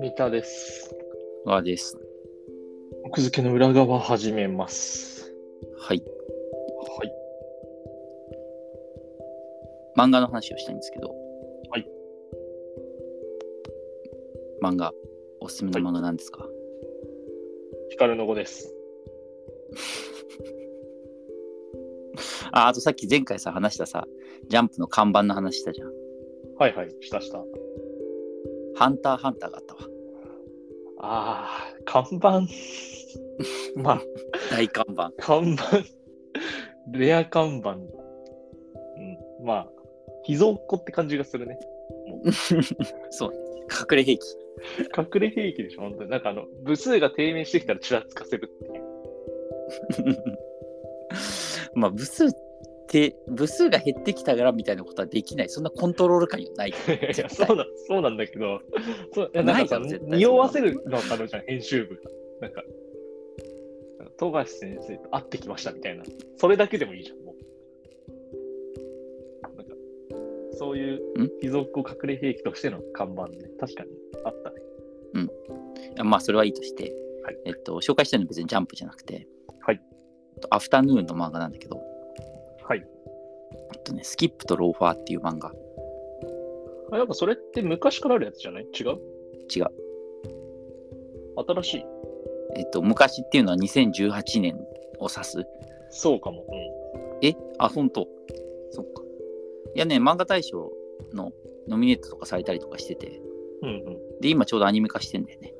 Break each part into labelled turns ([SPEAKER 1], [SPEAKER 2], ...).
[SPEAKER 1] 三田です。
[SPEAKER 2] はです。
[SPEAKER 1] 奥付けの裏側始めます。
[SPEAKER 2] はい。
[SPEAKER 1] はい。
[SPEAKER 2] 漫画の話をしたいんですけど。
[SPEAKER 1] はい。
[SPEAKER 2] 漫画、おすすめの漫画なんですか、
[SPEAKER 1] 光の子です。
[SPEAKER 2] あ、あとさっき前回さ、話したさ、ジャンプの看板の話したじゃん。
[SPEAKER 1] はいはい、したした。
[SPEAKER 2] ハンターハンターがあったわ。
[SPEAKER 1] あー、看板。 まあ、
[SPEAKER 2] 大看 板。
[SPEAKER 1] 看板。レア看板。うん、まあ、秘蔵っ子って感じがするね。
[SPEAKER 2] そう、ね。隠れ兵器。
[SPEAKER 1] 隠れ兵器でしょ、本当に。なんかあの、部数が低迷してきたらちらつかせるっていう。
[SPEAKER 2] まあ、部数って、部数が減ってきたからみたいなことはできない。そんなコントロール感はない。
[SPEAKER 1] いや、そうなん、そうなんだけど、そういやなんかさ、
[SPEAKER 2] ないだろ絶対
[SPEAKER 1] 匂わせるのはあるじゃん、編集部が。なんか、なんか富樫先生と会ってきましたみたいな。それだけでもいいじゃん、もう。なんか、そういう貴族を隠れ兵器としての看板ね、確かにあったね。
[SPEAKER 2] まあ、それはいいとして、
[SPEAKER 1] はい
[SPEAKER 2] えっと、紹介したいのは別にジャンプじゃなくて、
[SPEAKER 1] はい
[SPEAKER 2] えっとアフタヌーンの漫画なんだけど、
[SPEAKER 1] はい。
[SPEAKER 2] えっとね、スキップとローファーっていう漫画、
[SPEAKER 1] あやっぱそれって昔からあるやつじゃない違う
[SPEAKER 2] 違う。
[SPEAKER 1] 新しい
[SPEAKER 2] えっと、昔っていうのは2018年を指す。
[SPEAKER 1] そうかも。うん。
[SPEAKER 2] えあ、本当そっか。いやね、漫画大賞のノミネートとかされたりとかしてて、
[SPEAKER 1] うんうん。
[SPEAKER 2] で、今ちょうどアニメ化してんだよね。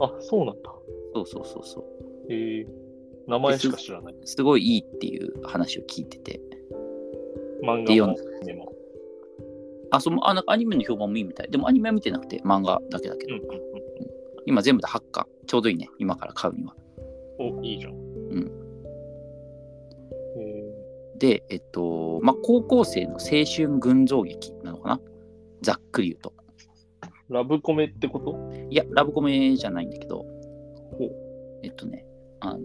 [SPEAKER 1] あ、そうなんだ。
[SPEAKER 2] そうそうそうそう。
[SPEAKER 1] えー、名前しか知らない。
[SPEAKER 2] すごいいいっていう話を聞いてて。
[SPEAKER 1] 漫
[SPEAKER 2] で
[SPEAKER 1] 画
[SPEAKER 2] 読
[SPEAKER 1] も
[SPEAKER 2] ん
[SPEAKER 1] アニメも。
[SPEAKER 2] あ、その、あ、なんかアニメの評判もいいみたい。でもアニメは見てなくて、漫画だけだけ
[SPEAKER 1] うん
[SPEAKER 2] ど。
[SPEAKER 1] うんうん。
[SPEAKER 2] 今全部で8巻。ちょうどいいね。今から買うには。。
[SPEAKER 1] お、いいじゃん。うんえ
[SPEAKER 2] で、えっと、まあ、高校生の青春群像劇なのかなざっくり言うと。
[SPEAKER 1] ー、ラブコメってこと
[SPEAKER 2] いや、ラブコメじゃないんだけど、
[SPEAKER 1] ほう
[SPEAKER 2] えっとね、あの、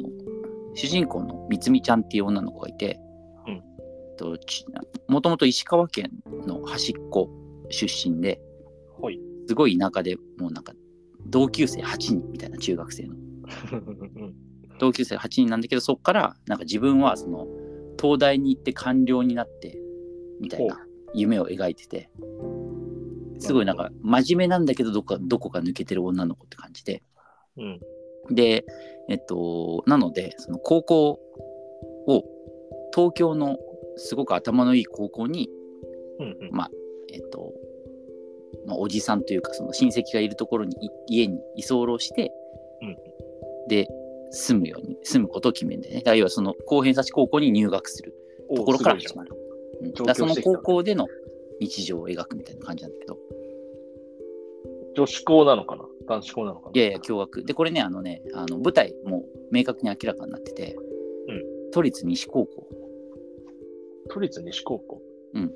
[SPEAKER 2] 主人公のみつみちゃんっていう女の子がいて、
[SPEAKER 1] うん
[SPEAKER 2] えっとちもともと石川県の端っこ出身で、
[SPEAKER 1] はい。
[SPEAKER 2] すごい田舎でもうなんか、同級生8人みたいな中学生の。同級生8人なんだけど、そこから、なんか自分はその、東大に行って官僚になって、みたいな
[SPEAKER 1] ほ
[SPEAKER 2] 夢を描いてて、すごいなんか、真面目なんだけど、どこか、どこか抜けてる女の子って感じで、
[SPEAKER 1] うん。
[SPEAKER 2] で、えっと、なので、その高校を、東京のすごく頭のいい高校に、
[SPEAKER 1] うんうん。
[SPEAKER 2] えっと、まあ、おじさんというか、その親戚がいるところにい、家に居候して、
[SPEAKER 1] うん
[SPEAKER 2] で、住むように、住むことを決めるんでね。だから要はその高偏差し高校に入学するところから
[SPEAKER 1] おすご
[SPEAKER 2] 始
[SPEAKER 1] い
[SPEAKER 2] まる。うん、
[SPEAKER 1] 上
[SPEAKER 2] だ
[SPEAKER 1] 京
[SPEAKER 2] からその
[SPEAKER 1] してきたね
[SPEAKER 2] 高校での日常を描くみたいな感じなんだけど、
[SPEAKER 1] じゃん女子校なのかな男子校なのかない
[SPEAKER 2] やいや、驚愕。で、これね、あのね、あの舞台も明確に明らかになってて、
[SPEAKER 1] うん
[SPEAKER 2] 都立西高校
[SPEAKER 1] 都立西高校。
[SPEAKER 2] うん。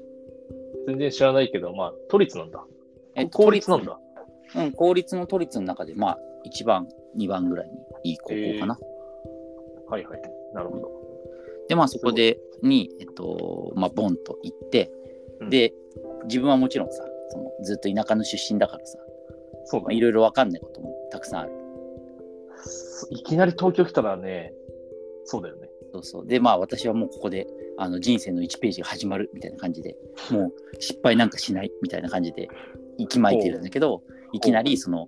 [SPEAKER 1] 全然知らないけど、まあ、都立なんだ。
[SPEAKER 2] えっと
[SPEAKER 1] 公立なんだ。
[SPEAKER 2] うん、公立の都立の中で、まあ、1番、2番ぐらいにいい高校かな。
[SPEAKER 1] はいはい。なるほど。
[SPEAKER 2] で、まあ、そこで、に、えっと、まあ、ボンと行って、
[SPEAKER 1] うん
[SPEAKER 2] で、自分はもちろんさ、そのずっと田舎の出身だからさ、
[SPEAKER 1] そう
[SPEAKER 2] ま
[SPEAKER 1] だ
[SPEAKER 2] あいろいろわかんないこともたくさんある。
[SPEAKER 1] いきなり東京来たらね、そうだよね。
[SPEAKER 2] そうそう。で、まあ、私はもうここで、あの人生の1ページが始まるみたいな感じで、もう失敗なんかしないみたいな感じで、息巻いてるんだけど、いきなり、その、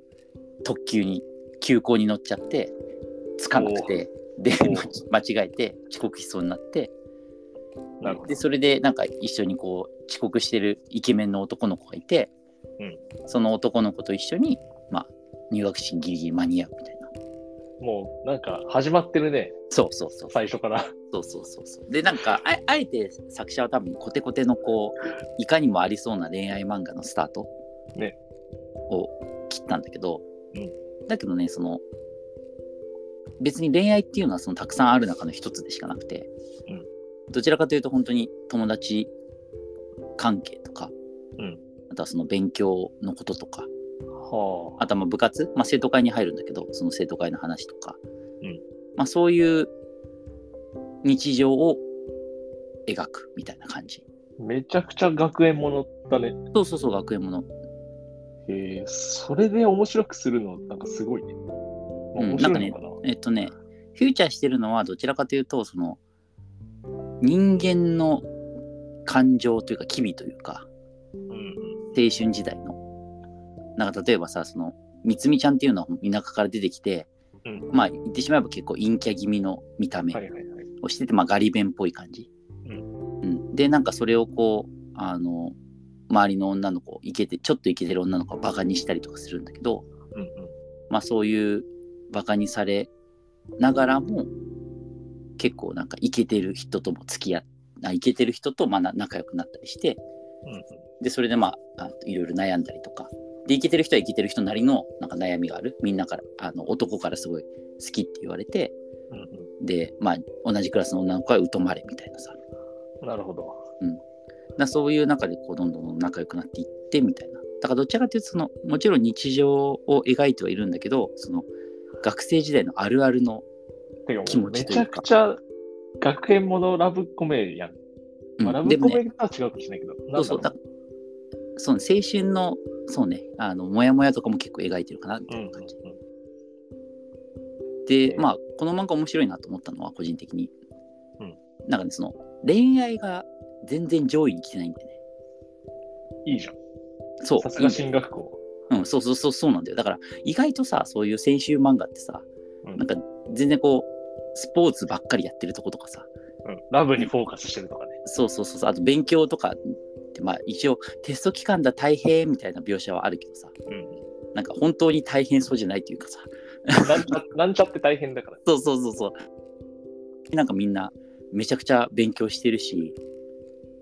[SPEAKER 2] 特急に、急行に乗っちゃって、つかなくて、で
[SPEAKER 1] おう、
[SPEAKER 2] 間違えて、遅刻しそうになって、
[SPEAKER 1] なるほど
[SPEAKER 2] で。それでなんか一緒にこう遅刻してるイケメンの男の子がいて、
[SPEAKER 1] うん
[SPEAKER 2] その男の子と一緒に、まあ、入学式にギリギリ間に合うみたいな
[SPEAKER 1] もう、なんか、始まってるね。
[SPEAKER 2] そうそうそう
[SPEAKER 1] 最初から。
[SPEAKER 2] そうそうそうそうでなんかああえて作者は多分コテコテのこういかにもありそうな恋愛漫画のスタート
[SPEAKER 1] ね
[SPEAKER 2] を切ったんだけど、
[SPEAKER 1] うん
[SPEAKER 2] だけどねその別に恋愛っていうのはそのたくさんある中の一つでしかなくて、
[SPEAKER 1] うん
[SPEAKER 2] どちらかというと本当に友達関係とか、
[SPEAKER 1] うん
[SPEAKER 2] あとはその勉強のこととか
[SPEAKER 1] はあ。
[SPEAKER 2] あとはまあ部活、まあ、生徒会に入るんだけどその生徒会の話とか、
[SPEAKER 1] うん
[SPEAKER 2] まあ、そういう日常を描くみたいな感じ
[SPEAKER 1] めちゃくちゃ学園ものだね。
[SPEAKER 2] そうそうそう、学園もの。
[SPEAKER 1] へえそれで面白くするの、なんかすごいね。まあ
[SPEAKER 2] うん
[SPEAKER 1] 面白いのかな。
[SPEAKER 2] えっとね、フューチャーしてるのはどちらかというと、その、人間の感情というか、機微というか、
[SPEAKER 1] うん
[SPEAKER 2] 青春時代の。なんか例えばさ、その、みつみちゃんっていうのは田舎から出てきて、
[SPEAKER 1] うん
[SPEAKER 2] まあ言ってしまえば結構陰キャ気味の見た目
[SPEAKER 1] はいはいはい。
[SPEAKER 2] をしてて、まあガリ弁っぽい感じ。
[SPEAKER 1] う
[SPEAKER 2] うんで、なんかそれをこう、あの、周りの女の子、イケて、ちょっとイケてる女の子をバカにしたりとかするんだけど、
[SPEAKER 1] うん
[SPEAKER 2] まあそういうバカにされながらも結構なんかイケてる人とも付き合っあイケてる人とまあな仲良くなったりして
[SPEAKER 1] うん。うん
[SPEAKER 2] でそれでまああいろいろ悩んだりとかでイケてる人はイケてる人なりのなんか悩みがあるみんなからあの男からすごい好きって言われて
[SPEAKER 1] うん
[SPEAKER 2] でまあ同じクラスの女の子は疎まれみたいなさ
[SPEAKER 1] うん。なるほど。
[SPEAKER 2] なそういう中でこうどんどんどん仲良くなっていってみたいなだからどちらかというとそのもちろん日常を描いてはいるんだけどその学生時代のあるあるの
[SPEAKER 1] てか
[SPEAKER 2] 気
[SPEAKER 1] もう
[SPEAKER 2] 持
[SPEAKER 1] め
[SPEAKER 2] ちと
[SPEAKER 1] ち
[SPEAKER 2] い
[SPEAKER 1] ゃ
[SPEAKER 2] うか
[SPEAKER 1] くちゃ学園ものラブコメやん。
[SPEAKER 2] うん
[SPEAKER 1] まあ、ラブ
[SPEAKER 2] でも
[SPEAKER 1] コ
[SPEAKER 2] ね
[SPEAKER 1] メとは違うかもしれないけど。
[SPEAKER 2] そうそうだそうね青春のそうねあのモヤモヤとかも結構描いてるかなみ
[SPEAKER 1] う
[SPEAKER 2] た
[SPEAKER 1] んう
[SPEAKER 2] い
[SPEAKER 1] んう
[SPEAKER 2] なん感じ、で
[SPEAKER 1] ええ
[SPEAKER 2] まあこの漫画面白いなと思ったのは個人的に、
[SPEAKER 1] うん
[SPEAKER 2] なんかねその恋愛が全然上位に来てないんだよね
[SPEAKER 1] いいじゃん。
[SPEAKER 2] そう
[SPEAKER 1] さすが進学校。
[SPEAKER 2] うん、そうそうそうそうなんだよだから意外とさそういう青春漫画ってさ、
[SPEAKER 1] うん
[SPEAKER 2] なんか全然こうスポーツばっかりやってるとことかさ
[SPEAKER 1] うん、ラブにフォーカスしてるとかね。
[SPEAKER 2] そうそうそうそうあと勉強とかってまあ一応テスト期間だ大変みたいな描写はあるけどさ
[SPEAKER 1] うん
[SPEAKER 2] なんか本当に大変そうじゃないというかさ
[SPEAKER 1] なんちゃ。なんちゃって大変だから。
[SPEAKER 2] そうそうそうそう。なんかみんなめちゃくちゃ勉強してるし、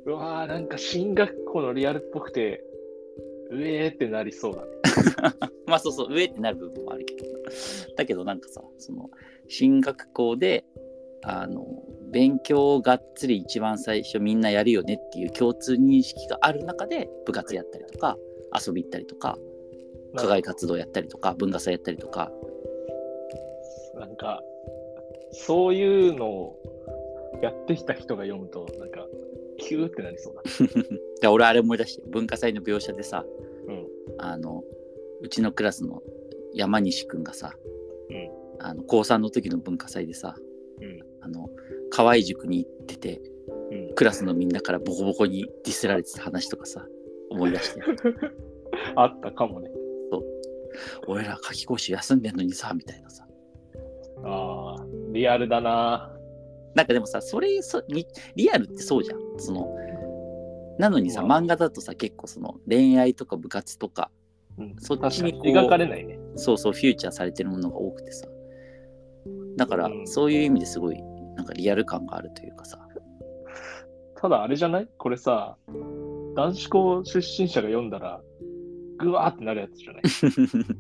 [SPEAKER 1] うわー、なんか進学校のリアルっぽくて、うえーってなりそうだね。
[SPEAKER 2] まあそうそう、上ってなる部分もあるけど。だけどなんかさ、その進学校で、あの、勉強をがっつり一番最初みんなやるよねっていう共通認識がある中で部活やったりとか遊び行ったりとか課外活動やったりとか文化祭やったりとか
[SPEAKER 1] なんか、そういうのをやってきた人が読むと、なんか、キューってなりそうだ。
[SPEAKER 2] で俺あれ思い出して文化祭の描写でさ、
[SPEAKER 1] うん
[SPEAKER 2] あのうちのクラスの山西くんがさ、
[SPEAKER 1] うん
[SPEAKER 2] あの高3の時の文化祭でさ、
[SPEAKER 1] うん
[SPEAKER 2] あの河合塾に行ってて
[SPEAKER 1] うん
[SPEAKER 2] クラスのみんなからボコボコにディスられてた話とかさ思い 出して
[SPEAKER 1] あったかもね。
[SPEAKER 2] 俺ら夏期講習休んでんのにさみたいなさ
[SPEAKER 1] ああ、リアルだな。
[SPEAKER 2] なんかでもさそれそリリアルってそうじゃんそのなのにさ
[SPEAKER 1] うわ
[SPEAKER 2] 漫画だとさ結構その恋愛とか部活とか
[SPEAKER 1] うん、
[SPEAKER 2] そっ
[SPEAKER 1] 確
[SPEAKER 2] ち
[SPEAKER 1] か
[SPEAKER 2] に
[SPEAKER 1] に
[SPEAKER 2] こう
[SPEAKER 1] 描かれないね。
[SPEAKER 2] そうそうフューチャーされてるものが多くてさだから、
[SPEAKER 1] うん
[SPEAKER 2] そういう意味ですごいなんかリアル感があるというかさ
[SPEAKER 1] ただあれじゃないこれさ、男子校出身者が読んだら、ぐわーってなるやつじゃ ない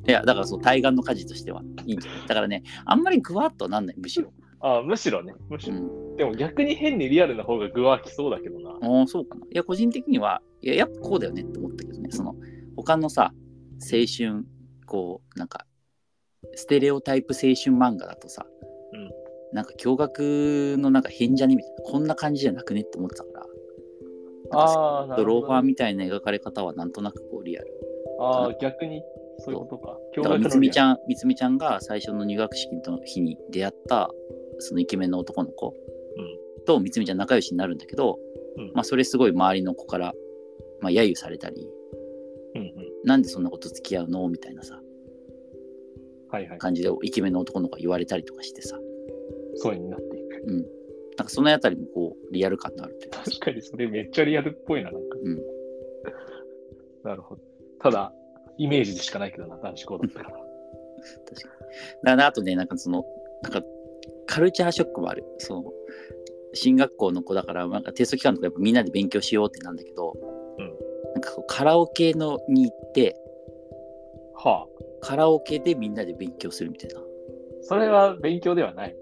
[SPEAKER 2] いやだからそう対岸の火事としてはいいんじゃないだからねあんまりグワッとはなんないむしろ、
[SPEAKER 1] ああ、むしろね。むし
[SPEAKER 2] う
[SPEAKER 1] ろ。
[SPEAKER 2] ん、
[SPEAKER 1] でも逆に変にリアルな方がぐわーきそうだけどな。
[SPEAKER 2] ああそうかないや個人的にはいややっぱこうだよねって思ったけどねその他のさ青春こうなんかステレオタイプ青春漫画だとさ、
[SPEAKER 1] うん
[SPEAKER 2] なんか驚愕のなんか変じゃねみたいなこんな感じじゃなくねって思ってたから
[SPEAKER 1] ああ、な
[SPEAKER 2] ド
[SPEAKER 1] る
[SPEAKER 2] ロ
[SPEAKER 1] ほ
[SPEAKER 2] ー
[SPEAKER 1] ど
[SPEAKER 2] ファーみたいな描かれ方はなんとなくこうリアル
[SPEAKER 1] ああ、逆に、そういうことか。
[SPEAKER 2] だからみつみち
[SPEAKER 1] ん。
[SPEAKER 2] ゃん、みつみちゃんが最初の入学式の日に出会った、そのイケメンの男の子とみつみちゃん仲良しになるんだけど、
[SPEAKER 1] うん
[SPEAKER 2] まあそれすごい周りの子から、まあ揶揄されたり、
[SPEAKER 1] うんうん。
[SPEAKER 2] なんでそんなこと付き合うのみたいなさ、
[SPEAKER 1] はいはい。
[SPEAKER 2] 感じでイケメンの男の子が言われたりとかしてさ、
[SPEAKER 1] そうになっていく。
[SPEAKER 2] なんかそのあたりもこう、リアル感のあるというか、
[SPEAKER 1] 確かにそれめっちゃリアルっぽいな、なんか。
[SPEAKER 2] うん
[SPEAKER 1] なるほど。ただ、イメージでしかないけどな、男子校だったから。
[SPEAKER 2] 確かに。だからあとね、なんかその、なんかカルチャーショックもある。その進学校の子だから、なんかテスト期間とかやっぱみんなで勉強しようってなんだけど、
[SPEAKER 1] うん
[SPEAKER 2] なんかこうカラオケのに行って、
[SPEAKER 1] はあ、
[SPEAKER 2] カラオケでみんなで勉強するみたいな。
[SPEAKER 1] それは勉強ではない。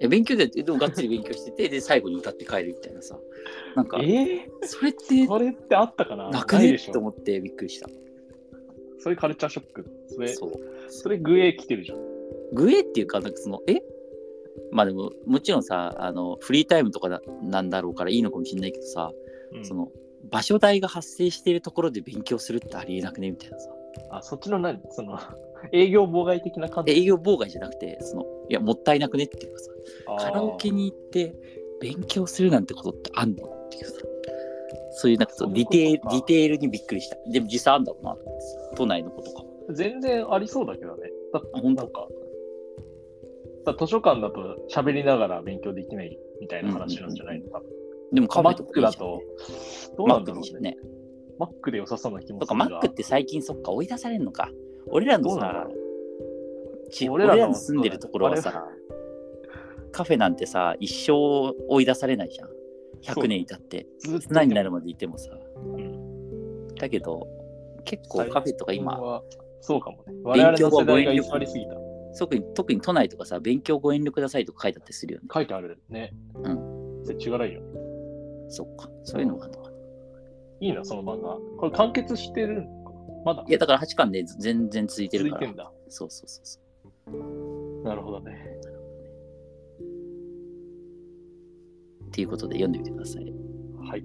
[SPEAKER 2] え勉強で、でもがっつり勉強してて、で、最後に歌って帰るみたいなさ。なんか、
[SPEAKER 1] え
[SPEAKER 2] それっ
[SPEAKER 1] え
[SPEAKER 2] て
[SPEAKER 1] それってあったかな
[SPEAKER 2] なく
[SPEAKER 1] い
[SPEAKER 2] ね
[SPEAKER 1] でし
[SPEAKER 2] と
[SPEAKER 1] ょ。
[SPEAKER 2] 思ってびっくりした。
[SPEAKER 1] それカルチャーショック。それ、
[SPEAKER 2] そう。
[SPEAKER 1] それグエー来てるじゃん。
[SPEAKER 2] グエっていうか、なんかその、えまあでも、もちろんさ、あの、フリータイムとかだなんだろうからいいのかもしれないけどさ、
[SPEAKER 1] うん
[SPEAKER 2] その場所代が発生しているところで勉強するってありえなくねみたいなさ
[SPEAKER 1] あ、そっちの何その、 営業妨害的な感
[SPEAKER 2] で
[SPEAKER 1] じ
[SPEAKER 2] 営業妨害じゃなくてそのいやもったいなくねっていうかさカラオケに行って勉強するなんてことってあんのっていうさそういうなんかその
[SPEAKER 1] そうい
[SPEAKER 2] デ
[SPEAKER 1] う
[SPEAKER 2] ィ
[SPEAKER 1] ことか
[SPEAKER 2] テールディテールにびっくりしたでも実際あんだろうなと思ってさ都内のことかも
[SPEAKER 1] あー全然ありそうだけどね。だ
[SPEAKER 2] あ本
[SPEAKER 1] な
[SPEAKER 2] 当
[SPEAKER 1] んか、だ図書館だと喋りながら勉強できないみたいな話なんじゃないのか。
[SPEAKER 2] でもカフ
[SPEAKER 1] マ
[SPEAKER 2] ェと
[SPEAKER 1] ック
[SPEAKER 2] かいい
[SPEAKER 1] だ
[SPEAKER 2] じゃん
[SPEAKER 1] と
[SPEAKER 2] ね、
[SPEAKER 1] どう
[SPEAKER 2] マ
[SPEAKER 1] な
[SPEAKER 2] ッ
[SPEAKER 1] ん
[SPEAKER 2] ク
[SPEAKER 1] だろ
[SPEAKER 2] でいいじゃ
[SPEAKER 1] うんね。
[SPEAKER 2] ね
[SPEAKER 1] マックで良さそうな気も
[SPEAKER 2] と
[SPEAKER 1] す
[SPEAKER 2] か
[SPEAKER 1] る
[SPEAKER 2] マ
[SPEAKER 1] が。
[SPEAKER 2] ックって最近そっか追い出されんのか俺らの
[SPEAKER 1] どうなんだ
[SPEAKER 2] さ
[SPEAKER 1] ろ
[SPEAKER 2] 地俺らの住んでるところはさ、カフェなんてさ一生追い出されないじゃん100年至って
[SPEAKER 1] ずっと
[SPEAKER 2] 何になるまでいてもさ
[SPEAKER 1] ん
[SPEAKER 2] だけど結構カフェとか今。
[SPEAKER 1] そうかもね。我
[SPEAKER 2] 勉
[SPEAKER 1] 々
[SPEAKER 2] 強
[SPEAKER 1] の
[SPEAKER 2] は
[SPEAKER 1] 世代
[SPEAKER 2] ご
[SPEAKER 1] が
[SPEAKER 2] 遠
[SPEAKER 1] 偽
[SPEAKER 2] 慮
[SPEAKER 1] りすぎた。
[SPEAKER 2] 特に特に都内とかさ勉強ご遠慮くださいとか書いてあってするよね
[SPEAKER 1] 書いてあるね。。
[SPEAKER 2] うん
[SPEAKER 1] それ違いよ。
[SPEAKER 2] そっかそういうのがあるのか
[SPEAKER 1] いいな、その漫画。これ完結してるのかなまだ
[SPEAKER 2] いやだから8巻で全然続いて
[SPEAKER 1] 続
[SPEAKER 2] る
[SPEAKER 1] い
[SPEAKER 2] か
[SPEAKER 1] て
[SPEAKER 2] ら
[SPEAKER 1] んだ。
[SPEAKER 2] そうそうそうそう
[SPEAKER 1] なるほどね。
[SPEAKER 2] っていうことで読んでみてください
[SPEAKER 1] はい。